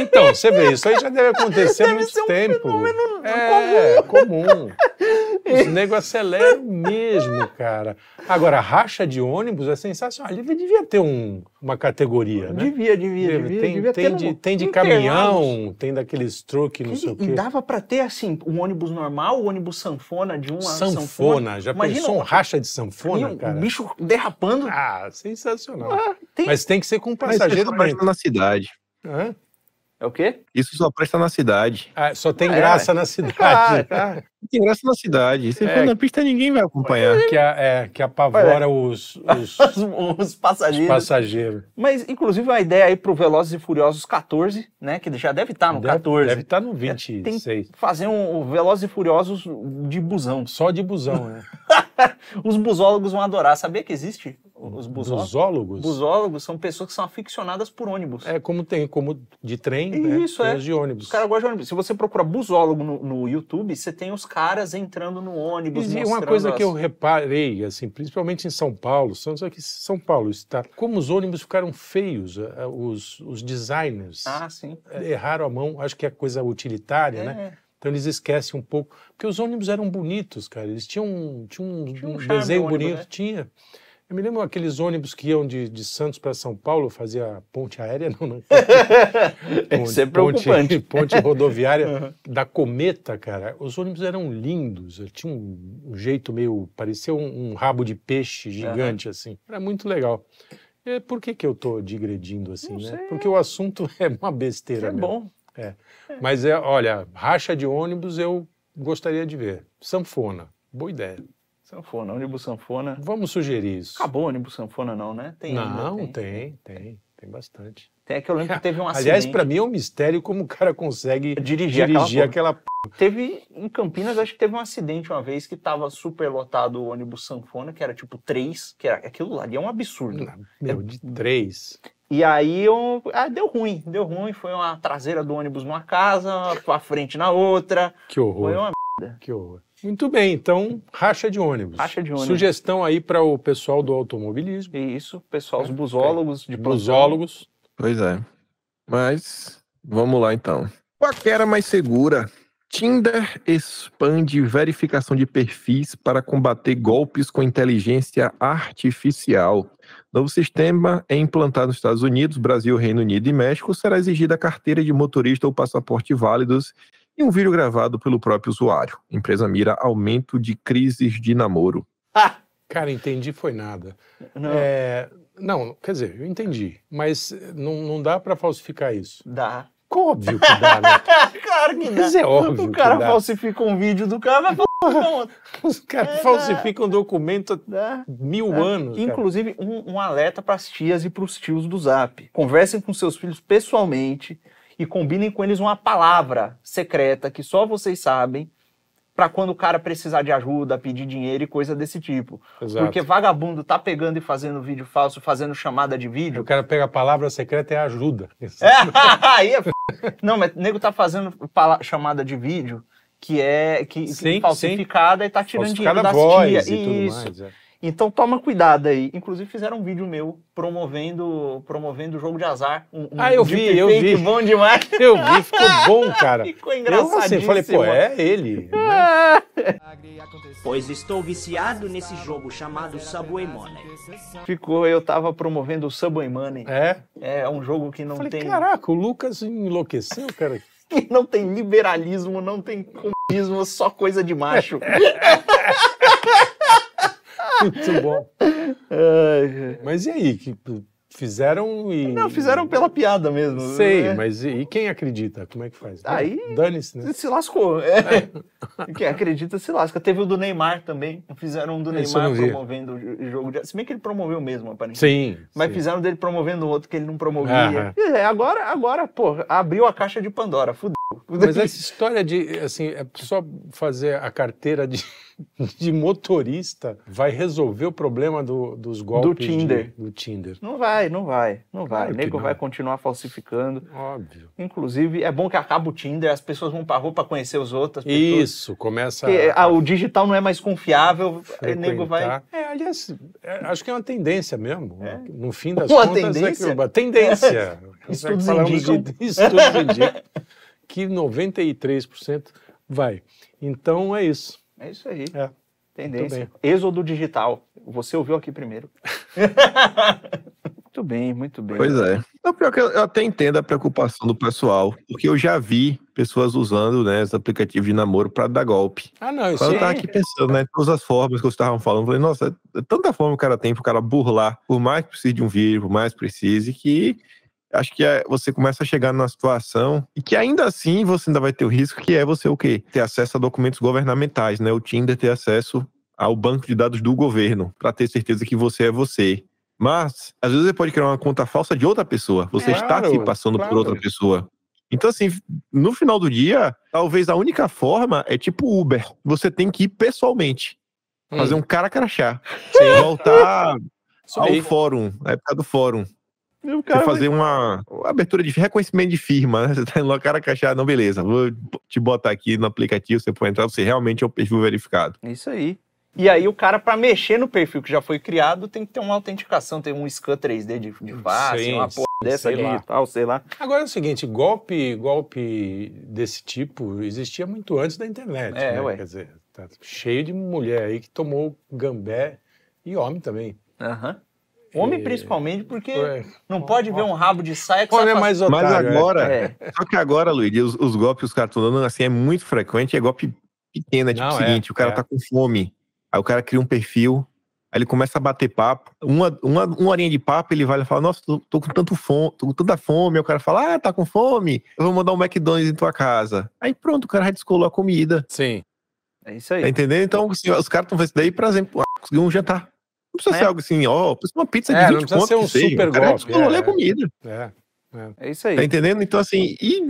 Então, você vê, isso aí já deve acontecer há
Deve
muito
ser um
tempo.
fenômeno
é, comum. Os negros aceleram mesmo, cara. Agora, racha de ônibus é sensacional. Ele devia ter um- uma categoria, né?
Devia, devia, devia.
tem,
devia
tem
ter
de,
no-
tem de
Interlagos.
caminhão, tem daqueles truques, não
E,
sei o
e
quê.
dava pra ter, assim, um ônibus normal, um ônibus sanfona de uma sanfona.
sanfona, já
Imagina um
pensou um racha de
e
sanfona,
o
cara?
bicho derrapando.
Ah, sensacional.
tem-
Mas tem que ser com um
Mas isso
passageiro
só presta
dentro.
na cidade.
Hã?
É o quê?
Isso só presta na cidade.
Ah, só tem
Ah, tá. é,
graça na cidade.
Não tem graça na cidade. Se
É.
for na pista, ninguém vai acompanhar.
que, a- é, que apavora os, os- os
Os, os passageiros.
passageiros.
Mas, inclusive, uma ideia aí pro Velozes e Furiosos 14, né? Que já deve estar no É,
Deve-
14.
Deve estar no 26.
Fazer um um Velozes e Furiosos de busão.
Só de busão, né?
Os busólogos vão adorar. Sabia que existe os busólogos?
Busólogos?
Busólogos são pessoas que são aficionadas por ônibus.
É como tem, como de trem,
Isso,
né?
é.
Tem os de ônibus.
Os caras gostam de ônibus. Se você procurar busólogo no, no YouTube, você tem os caras entrando no ônibus.
E uma
mostrando
coisa que eu
as-
reparei, assim, principalmente em São Paulo, são- só que São Paulo está. Como os ônibus ficaram feios, eh, eh, os, os designers
Ah, sim.
eh, erraram a mão, acho que é coisa utilitária, né?
É.
Então eles esquecem um pouco. Porque os ônibus eram bonitos, cara. Eles tinham, um- tinham um,
Tinha um
um
charme
desenho
o ônibus,
bonito.
né?
Tinha. Eu me lembro aqueles ônibus que iam de, de Santos para São Paulo, fazia ponte aérea, não, né?
Isso é
Ponte,
preocupante.
ponte rodoviária
Uhum.
da Cometa, cara. Os ônibus eram lindos. Tinha um, um jeito meio. parecia um, um rabo de peixe gigante, assim. Era muito legal. E por que, que eu tô digredindo assim,
Não
né?
sei.
Porque o assunto é uma besteira
É
mesmo.
bom.
Mas é, olha, racha de ônibus eu gostaria de ver. Sanfona, boa ideia.
Sanfona, ônibus sanfona.
Vamos sugerir isso.
Acabou o ônibus sanfona, não, né? Tem
Não,
ainda,
tem, tem, tem bastante.
Tem é que eu lembro que teve um acidente.
Aliás, pra mim é um mistério como o cara consegue
dirigir, aquela
dirigir
porra.
aquela. p****.
Teve em Campinas, acho que teve um acidente uma vez que tava super lotado o ônibus sanfona, que era tipo três, que era aquilo lá ali é um absurdo. É
Meu, de três.
E aí eu, ah, deu ruim, deu ruim, foi uma traseira do ônibus numa casa, pra frente na outra.
Que
Foi
horror,
uma
que horror. Muito bem, então, racha de ônibus.
Racha de ônibus.
Sugestão aí para o pessoal do automobilismo,
E isso, pessoal, os busólogos de plantão.
busólogos.
Pois é. Mas vamos lá então. Paquera mais segura. Tinder expande verificação de perfis para combater golpes com inteligência artificial. Novo sistema é implantado nos Estados Unidos, Brasil, Reino Unido e México. Será exigida a carteira de motorista ou passaporte válidos e um vídeo gravado pelo próprio usuário. Empresa mira aumento de crises de namoro.
Ah,
Cara, entendi, foi nada.
não,
É, não, quer dizer, eu entendi, mas não, não dá para falsificar isso.
dá.
Óbvio que dá, né?
claro que
Mas é óbvio
O cara
que dá.
falsifica um vídeo do cara, vai falar, não,
Os caras
É,
falsificam um documento há
dá.
mil
É.
anos. cara.
Inclusive, um, um alerta para as tias e para os tios do Zap. Conversem com seus filhos pessoalmente e combinem com eles uma palavra secreta que só vocês sabem para quando o cara precisar de ajuda, pedir dinheiro e coisa desse tipo.
Exato.
Porque vagabundo tá pegando e fazendo vídeo falso, fazendo chamada de vídeo,
O cara pega a palavra secreta e ajuda.
É, Aí é f... Não, mas o nego tá fazendo pala- chamada de vídeo que é que, que
Sim,
falsificada e tá tirando dinheiro
Falsificada a
das
voz
tias.
e tudo
Isso.
mais. é.
Então toma cuidado aí. Inclusive fizeram um vídeo meu promovendo promovendo o jogo de azar. Um, um
Ah, eu vi, eu
deepfake
vi.
bom demais.
Eu vi, ficou bom, cara.
Ficou
Eu
engraçadíssimo.
assim, falei, pô, é ele. né?
milagre aconteceu. pois estou viciado nesse jogo chamado Subway Money.
Ficou, eu tava promovendo o Subway Money.
É?
É, é um jogo que não
Falei,
tem.
caraca, o Lucas enlouqueceu, cara.
que não tem liberalismo, não tem comunismo, só coisa de macho.
Muito bom.
Ai,
Mas e aí? Que p- fizeram e.
não, fizeram pela piada mesmo.
Sei,
né?
mas e, e quem acredita? Como é que faz?
Aí-
Dane-se, né?
Se lascou. é. Quem acredita se lasca. Teve o do Neymar também. Fizeram um do
Esse eu
Neymar
não vi.
promovendo o jo- jogo de. Se bem que ele promoveu mesmo, aparentemente.
Sim.
Mas
sim.
fizeram dele promovendo o outro que ele não promovia.
Aham.
É, agora, agora, pô, abriu a caixa de Pandora. Fudeu.
Mas é essa história de, assim, é só fazer a carteira de, de motorista vai resolver o problema do- dos golpes de-
Tinder.
do Tinder.
Não vai, não vai, não vai.
Claro
o
que
nego
não.
vai continuar falsificando.
Óbvio.
Inclusive, é bom que acaba o Tinder, as pessoas vão pra rua pra conhecer os outros. as pessoas-
Isso, começa
Porque
a
ah, o digital não é mais confiável, o
frequentar.
nego vai.
É, aliás, é, acho que é uma tendência mesmo.
É.
No fim das
Uma
contas,
tendência.
é que, uma tendência.
Estudos
Já falamos de-
indicam.
estudos indicam que 93% vai. Então é isso.
É isso aí.
É.
Tendência.
Muito
Êxodo digital. Você ouviu aqui primeiro. muito bem, muito bem.
Pois é. Não, pior que eu eu até entendo a preocupação do pessoal, porque eu já vi pessoas usando né, esse aplicativo de namoro para dar golpe.
Ah, não, isso
Quando eu
aí.
tava aqui pensando, né? Todas as formas que vocês estavam falando, eu falei, nossa, é tanta forma que o cara tem pro cara burlar, por mais que precise de um vídeo, por mais que precise, que acho que é- você começa a chegar numa situação e que ainda assim você ainda vai ter o risco que é você o quê? Ter acesso a documentos governamentais, né? O Tinder ter acesso ao banco de dados do governo, para ter certeza que você é você. Mas, às vezes, você pode criar uma conta falsa de outra pessoa. Você
É, Claro,
está se passando
claro.
por outra pessoa. Então, assim, no final do dia, talvez a única forma é tipo Uber. Você tem que ir pessoalmente,
Hum.
fazer um cara crachá. Voltar
Isso
ao
aí.
fórum, na época do fórum.
E o
Você
cara
fazer uma abertura de reconhecimento de firma, né? Você tá indo lá, cara crachá, não, beleza. Vou te botar aqui no aplicativo, você pode entrar, você realmente é um perfil verificado.
vai- Isso aí. E aí o cara, pra mexer no perfil que já foi criado, tem que ter uma autenticação, tem um scan 3D de, de face,
Sim,
uma porra dessa
sei lá.
digital, sei lá.
Agora é o seguinte, golpe, golpe desse tipo existia muito antes da internet,
É,
né?
ué.
Quer dizer, tá cheio de mulher aí que tomou gambé e homem também.
Aham. Homem
E-
principalmente, porque
Ué,
não pode ver um rabo de saia que
Homem é
sai
mais
Mas
otário. é.
agora,
É.
Só que agora, Luiz, os, os golpes que os caras estão dando, assim, é muito frequente, é golpe pequeno, é tipo
Não,
o
é,
seguinte, o cara
é.
tá com fome, aí o cara cria um perfil, aí ele começa a bater papo, uma, uma, uma horinha de papo, ele vai lá e fala, nossa, tô, tô com tanto fome, tô com tanta fome, aí o cara fala, ah, tá com fome? Eu vou mandar um McDonald's em tua casa. Aí pronto, o cara já descolou a comida,
Sim.
É isso
tá
aí.
entendendo? Então, assim, os caras estão fazendo isso daí, por exemplo, ah, conseguiu um jantar. Não precisa
É.
ser algo assim, ó, precisa de uma pizza de
É, não
20
precisa
conto
ser
que
um
seja.
super
o cara
golpe,
descolou
é,
a
é.
comida.
É.
É isso aí.
Tá entendendo? Então, assim, e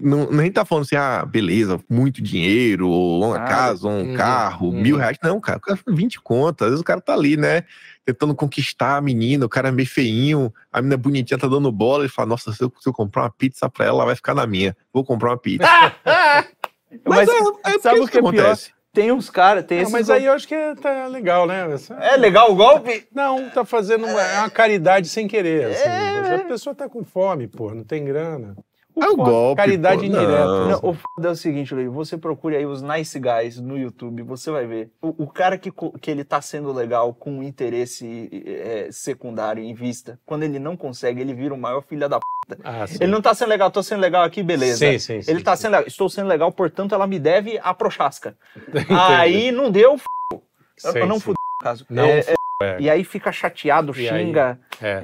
não, nem tá falando assim, ah, beleza, muito dinheiro, ou uma
Claro.
casa, um
Uhum,
carro,
uhum.
mil reais. Não, cara, o cara tem 20 contas. Às vezes o cara tá ali, né? Tentando conquistar a menina, o cara é meio feinho, a menina bonitinha tá dando bola. Ele fala, nossa, se eu, se eu comprar uma pizza pra ela, ela vai ficar na minha. Vou comprar uma pizza.
Mas,
porque
sabe
isso
o que é pior? tem uns caras, tem
Ah,
esses.
mas aí eu acho que é- tá legal, né? Essa-
É legal o golpe?
Não, tá fazendo uma, é uma caridade sem querer. assim.
É.
A pessoa tá com fome, pô, não tem grana.
É o
foda-
golpe.
caridade
pô,
indireta, né?
não.
Não, o foda é o seguinte, Leio, você procure aí os nice guys no YouTube, você vai ver. O, o cara que, co- que ele tá sendo legal com um interesse eh, eh, secundário em vista, quando ele não consegue, ele vira o maior filho da p.
Ah, sim.
Ele não tá sendo legal, tô sendo legal aqui, beleza.
Sim, sim, sim.
Ele tá sendo legal, estou sendo legal, portanto ela me deve a prochasca.
Entendi.
Aí não deu, f... eu,
Sim,
eu não
sim.
fudeu no caso.
Não,
É,
f- é.
E aí fica chateado,
E aí?
xinga,
É.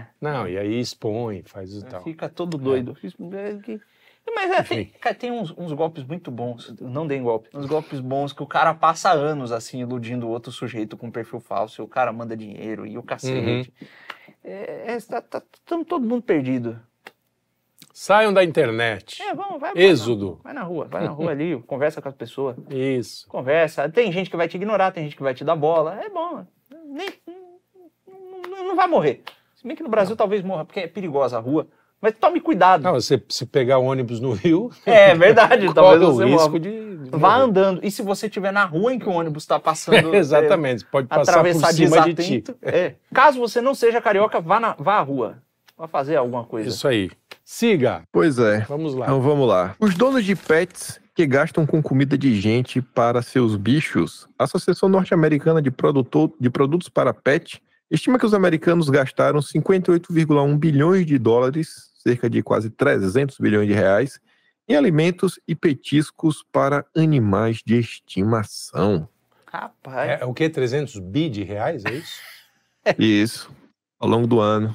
é,
Não, e aí expõe, faz o tal.
Fica todo doido. É que- Mas é, tem, cara, tem uns, uns golpes muito bons. Não deem golpe. Uns golpes bons que o cara passa anos assim, iludindo outro sujeito com um perfil falso. E o cara manda dinheiro e o cacete. É, é, tá, tá- tamo todo mundo perdido.
Saiam da internet.
É, vamos, vai. vai na-
Êxodo.
Vai na rua, vai na rua ali, conversa com as pessoas.
Isso.
Conversa. Tem gente que vai te ignorar, tem gente que vai te dar bola. É bom. Nem, não, não- não vai morrer. Se bem que no Brasil talvez morra, porque é perigosa a rua. Mas tome cuidado.
Não, você se pegar um ônibus no Rio,
É verdade,
corre
talvez
o
você
risco
morra.
de. de
Vá
morrer.
andando. E se você estiver na rua em que o ônibus está passando, é,
Exatamente, você pode passar por
atravessar
cima de ti.
desatento. é. Caso você não seja carioca, vá, na, vá à rua. Vá fazer alguma coisa.
Isso aí. Siga.
Pois é.
Vamos lá.
Então vamos lá. Os donos de pets que gastam com comida de gente para seus bichos. A Associação Norte-Americana de, Produtor- de Produtos para Pet estima que os americanos gastaram 58,1 bilhões de dólares, cerca de quase 300 bilhões de reais, em alimentos e petiscos para animais de estimação.
Rapaz.
É, é o quê? 300 bi de reais? É isso?
Isso, ao longo do ano.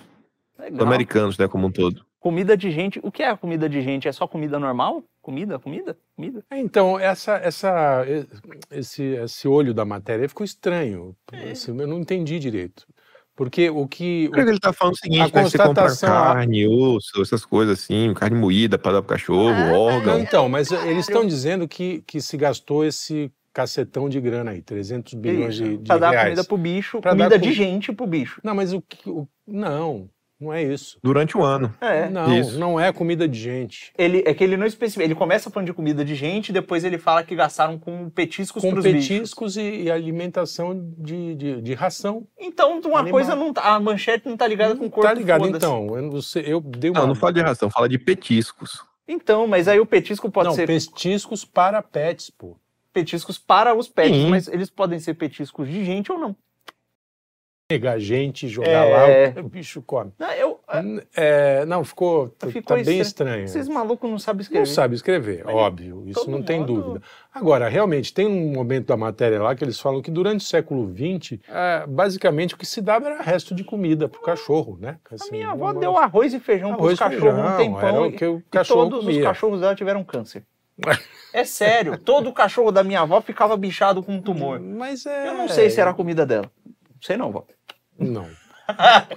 Os
é
Legal.
americanos, né, como um todo.
Comida de gente. O que é comida de gente? É só comida normal? Comida, comida, comida?
É, Então, essa, essa, e- esse, esse olho da matéria ficou estranho. Assim, eu não entendi direito. Porque o que.
Por que ele tá falando o seguinte,
A
né? que Você compra
constatação-
carne, osso, essas coisas assim, carne moída para dar pro cachorro,
Não,
órgão.
então, mas eles estão dizendo que, que se gastou esse cacetão de grana aí, 300 bilhões de, de
pra dar
reais.
comida pro bicho,
Pra dar
comida de
com-
gente pro bicho.
Não, mas o que. o- Não, não é isso.
Durante o ano.
É.
não,
Isso.
não é comida de gente.
Ele, é que ele não especifica. Ele começa falando de comida de gente, depois ele fala que gastaram com petiscos
Com
pros bichos.
petiscos e, e alimentação de, de, de ração.
Então, uma
Animal.
coisa não tá. A manchete não tá ligada com o corpo.
tá ligado,
foda-se.
então. Eu, não sei, eu dei uma.
Não, não fala de ração, fala de petiscos.
Então, mas aí o petisco pode
Não,
ser
petiscos para pets, pô.
petiscos para os pets,
Sim.
mas eles podem ser petiscos de gente ou não.
Pegar gente, jogar
É.
lá, o bicho come.
Não, eu,
N- é, não, ficou, tá-
Ficou
tá bem estranho.
Vocês malucos não sabem
Não
escrever.
sabe escrever,
Mas
óbvio, isso
todo
não tem
mundo-
dúvida. Agora, realmente, tem um momento da matéria lá que eles falam que durante o século XX,
É.
ah, basicamente o que se dava era resto de comida pro cachorro, né?
A
Assim,
minha
não-
avó deu arroz e feijão
arroz,
pros cachorros
feijão,
um
era
tempão
o
e-
que o
e
cachorro
todos
comia.
os cachorros dela tiveram câncer. é sério, todo cachorro da minha avó ficava bichado com um tumor.
Mas é...
Eu não sei se era a comida dela. Não sei não, vó.
Não.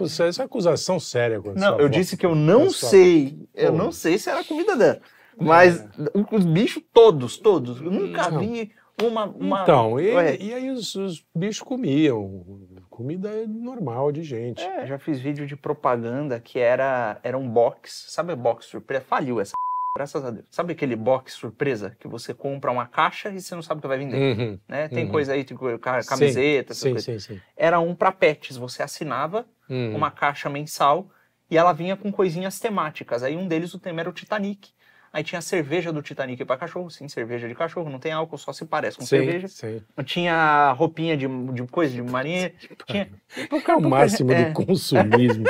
Isso é uma acusação séria. quando sua
Não, eu
avó-
disse que eu não
da sua-
sei. Eu
Pô.
não sei se era a comida dela. Mas o- os bichos, todos, todos. Eu nunca
Não.
vi uma. uma...
Então, e,
Ué.
e aí os, os bichos comiam. Comida normal de gente.
É, já fiz vídeo de propaganda que era, era um box. Sabe box surpresa? Faliu essa. Graças a Deus. Sabe aquele box surpresa que você compra uma caixa e você não sabe o que vai vender?
Uhum.
né? Tem
uhum.
coisa aí, tem co- ca-
Sim,
camiseta, essas
Sim,
coisas.
sim, sim.
Era um pra pets. Você assinava
Uhum.
uma caixa mensal e ela vinha com coisinhas temáticas. Aí um deles, o tema era o Titanic. Aí tinha a cerveja do Titanic pra cachorro, sim, cerveja de cachorro, não tem álcool, só se parece com cerveja.
Sim, sim.
Tinha roupinha de, de coisa, de marinha, tinha
Porque é o máximo
é.
do consumismo.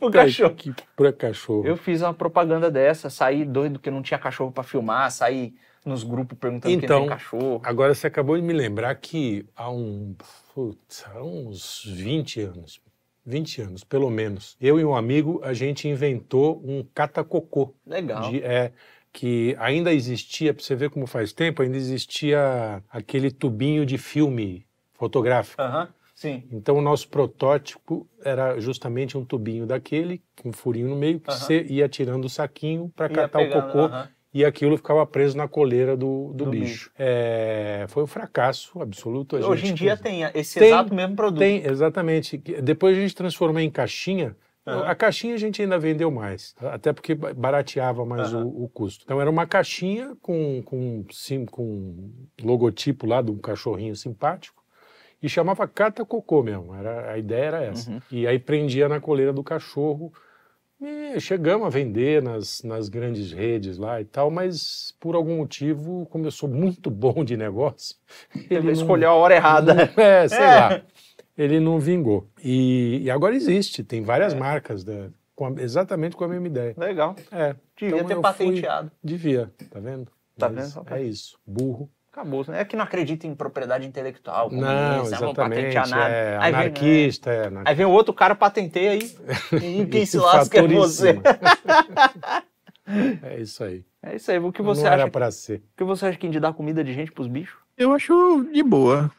o cachorro.
Que pra cachorro.
Eu fiz uma propaganda dessa, saí doido que não tinha cachorro pra filmar, saí nos grupos perguntando
Então,
quem tem cachorro.
Agora você acabou de me lembrar que há, um, putz, há uns 20 anos, 20 anos pelo menos, eu e um amigo, a gente inventou um catacocô.
Legal.
de- é, que ainda existia, pra você ver como faz tempo, ainda existia aquele tubinho de filme fotográfico.
Aham, sim.
Então o nosso protótipo era justamente um tubinho daquele, com um furinho no meio, que
Aham.
você ia tirando o saquinho para
Ia
catar o
pegando,
cocô
aham.
e aquilo ficava preso na coleira do, do,
Do
bicho. É, foi um fracasso absoluto. A
Hoje
gente
em dia é tem esse
Tem-
exato mesmo produto.
tem, exatamente. Depois a gente transformou em caixinha.
Aham.
A caixinha a gente ainda vendeu mais, tá? até porque ba- barateava mais
Aham.
o, o custo. Então era uma caixinha com, com, sim, com logotipo lá de um cachorrinho simpático e chamava Cata Cocô mesmo. Era, a ideia era essa.
Uhum.
E aí prendia na coleira do cachorro. E chegamos a vender nas, nas grandes redes lá e tal, mas por algum motivo, como eu sou muito bom de negócio,
Ele
não-
escolheu a hora errada.
não- É, sei
É.
lá. Ele não vingou. E, e agora existe, tem
É.
várias marcas da- com a- exatamente com a mesma ideia.
Legal.
É,
Devia
Então eu
ter
fui-
patenteado.
devia, tá vendo?
Tá
Mas
vendo?
É isso, burro.
Acabou. né? É que não acredita em propriedade intelectual.
Não,
comunista, vão
exatamente.
patentear nada.
É,
Aí vem-
anarquista, é, anarquista.
Aí vem o outro cara, patenteia aí. E quem se lasca é
Fator em
você.
cima. é isso aí.
É isso aí. O que você,
não
acha,
era pra ser.
o que você acha que de dar comida de gente pros bichos?
Eu acho de boa.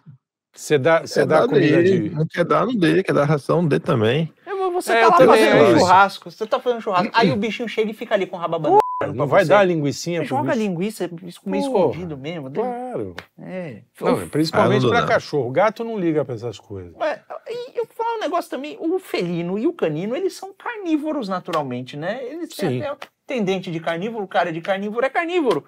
Você dá,
É,
você dá comida
dele,
de.
Não quer dar, não dê. Quer dar ração, dê também.
É, mas Você
É,
tá
eu
lá
também
fazendo
acho.
um churrasco. Você tá fazendo churrasco. Aí o bichinho chega e fica ali com o rababando.
Não vai dar linguiçinha pro
Joga a
bicho.
linguiça, isso meio
Porra.
escondido mesmo.
né? Claro.
É.
Não, principalmente
Ah, não dou,
pra
não.
cachorro. Gato não liga pra essas coisas.
Ué, e eu vou falar um negócio também, o felino e o canino, eles são carnívoros naturalmente, né? Eles
Sim.
têm até- tem dente de carnívoro, cara de carnívoro é carnívoro.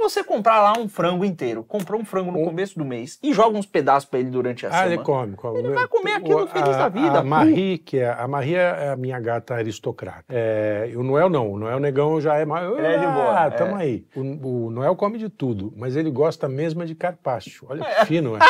Você comprar lá um frango inteiro, comprou um frango no
Um-
começo do mês e joga uns pedaços pra ele durante a
Ah, ele
semana.
come, come.
Ele vai comer aquilo
O-
feliz
a-
da vida,
A Marie, que é, a Marie é a minha gata aristocrata. É, e o Noel não. O Noel Negão já é mais.
Ele é de boa,
Ah,
é.
tamo aí. O, o Noel come de tudo, mas ele gosta mesmo é de carpaccio. Olha que fino, é.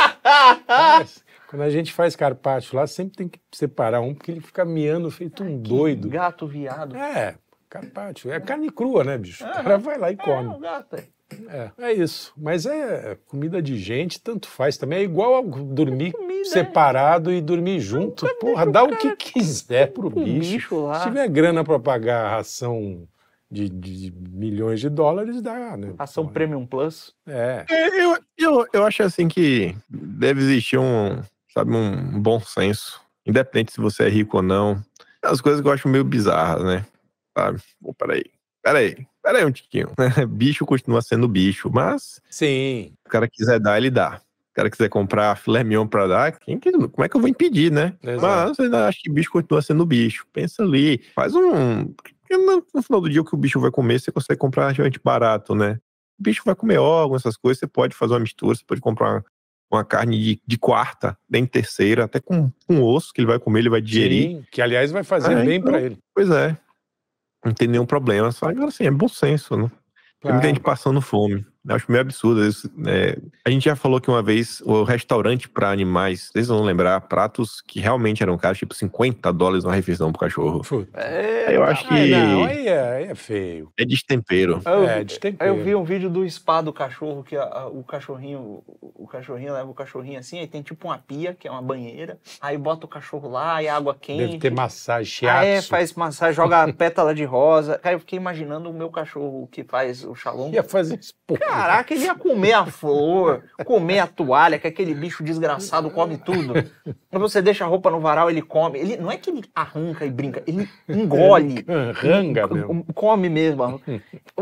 Parece. Quando a gente faz carpaccio lá, sempre tem que separar um, porque ele fica miando feito
Ah,
um doido.
Gato, viado.
É, carpaccio. É carne crua, né, bicho? O cara vai lá e come.
É, o gato. é.
É, é isso. Mas é comida de gente, tanto faz também. É igual a dormir
né?
comida, é.
separado e dormir junto. Porra, dá o que quiser pro
com
bicho.
bicho lá.
Se tiver grana pra pagar a ração de, de milhões de dólares, dá, né?
Ação
Porra.
Premium Plus.
É.
É, Eu, eu, eu acho assim que deve existir um, sabe, um bom senso. Independente se você é rico ou não. As coisas que eu acho meio bizarras, né? Sabe? Pô, peraí. Peraí. Peraí um tiquinho. bicho continua sendo bicho, mas se
Sim.
o cara quiser dar, ele dá. Se o cara quiser comprar filé mignon pra dar, quem que- como é que eu vou impedir, né?
Exato.
Mas eu ainda acho que bicho continua sendo bicho. Pensa ali. Faz um. porque No no final do dia, o que o bicho vai comer, você consegue comprar realmente barato, né? O bicho vai comer órgão, essas coisas. Você pode fazer uma mistura, você pode comprar uma, uma carne de, de quarta, nem terceira, até com, com osso que ele vai comer, ele vai digerir.
Sim, que aliás vai fazer
Ah,
bem
então,
pra ele.
Pois é. Não tem nenhum problema. Só agora assim, é bom senso, né? Tem muita gente passando fome. Eu acho meio absurdo. isso, né? a gente já falou que uma vez o restaurante para animais, vocês vão lembrar, pratos que realmente eram caros, tipo 50 dólares uma refeição pro cachorro.
Puta.
É,
Eu
tá
acho
Ah, não,
que
aí é, aí é feio.
é destempero.
Aí eu-
é, destempero.
Aí eu vi um vídeo do spa do cachorro, que a- a- o cachorrinho, o- o cachorrinho leva o cachorrinho assim, aí tem tipo uma pia, que é uma banheira, aí bota o cachorro lá, e água quente.
Deve ter massagem,
um Ah,
shiatsu.
é, faz massagem, joga pétala de rosa. Cara, eu fiquei imaginando o meu cachorro que faz o xalom.
Ia fazer isso, porra.
Caraca, ele ia comer a flor, comer a toalha, que aquele bicho desgraçado come tudo. Quando você deixa a roupa no varal, ele come. Ele não é que ele arranca e brinca, ele engole.
Ranga mesmo. Hum.
Com- Come mesmo. arran-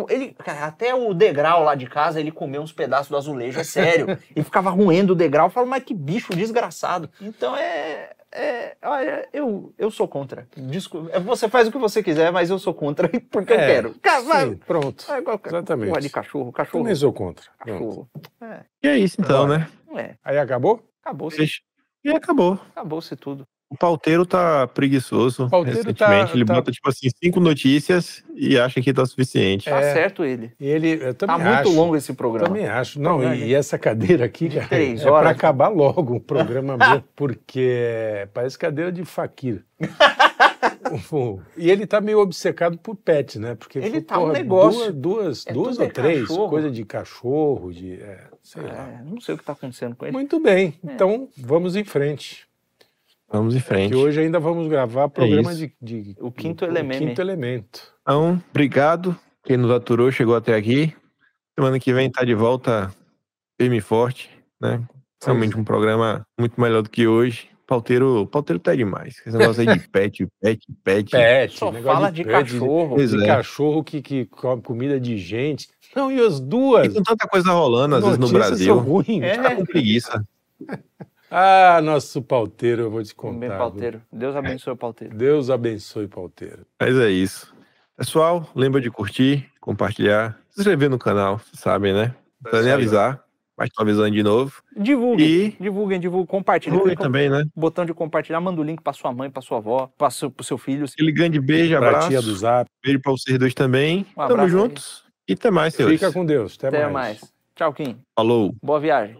Ele, cara, até o degrau lá de casa, ele comeu uns pedaços do azulejo, é sério. E ficava roendo o degrau. Eu falo, mas que bicho desgraçado. Então é. é olha, eu, eu sou contra. Desculpa. Você faz o que você quiser, mas eu sou contra porque eu
É,
quero. Cara, vai.
Sim, pronto.
vai qualquer
Exatamente.
porra de cachorro, cachorro,
Também sou contra.
cachorro.
Pronto.
E é isso então, né?
Não é.
Aí acabou?
Acabou-se,
E acabou.
acabou-se tudo.
O pauteiro tá preguiçoso
O pauteiro
recentemente.
tá-
ele
tá-
bota, tipo assim, cinco notícias e acha que tá suficiente.
Tá
É.
certo ele.
E ele, eu também
Tá muito
acho,
longo esse programa. Tá
Também acho. Não, e, e essa cadeira aqui, cara,
três
é para
horas.
acabar logo o programa meu, porque parece cadeira de faquir. O- e ele tá meio obcecado por pet, né? Porque
Ele
falou,
tá um
porra,
negócio.
Duas, duas,
É
duas
tudo
ou
é
três,
cachorro.
coisa de cachorro, de. é, sei lá.
É, não sei o que tá acontecendo com ele. é.
Muito bem, então vamos em frente.
Vamos em frente.
Que hoje ainda vamos gravar programa
isso.
de, de-
É O Quinto
o
Elemento.
Quinto elemento.
Então, obrigado. Quem nos aturou, chegou até aqui. Semana que vem tá de volta firme e forte, né? Realmente um programa muito melhor do que hoje. Pauteiro, pauteiro tá demais. Esse negócio aí de pet, pet, pet.
Pet,
Só
negócio
fala de,
pet,
cachorro.
Pois
de
é.
cachorro que, que come comida de gente. Não, e as duas.
E com tanta coisa rolando, às vezes, no
notícias São
Brasil.
ruins.
É,
Tá com preguiça.
Ah, nosso pauteiro, eu vou te
Bem,
contar.
pauteiro. Deus abençoe o pauteiro.
Deus abençoe, pauteiro.
Mas é isso. Pessoal, lembra de curtir, compartilhar, se inscrever no canal, vocês sabem, né? Não precisa nem avisar, mas tô avisando de novo.
Divulguem,
E
divulguem, divulguem, compartilhem.
divulguem
Clica no
também, né?
botão de compartilhar, manda o link pra sua mãe, pra sua avó, pra seu, pro seu filho.
Aquele grande beijo,
Pra tia do
abraço.
Zap.
Beijo pra vocês dois também.
Um abraço
Tamo
aí.
juntos. E até mais, senhores.
Fica com Deus. Até,
Até mais. Tchau, Kim.
Falou.
Boa viagem.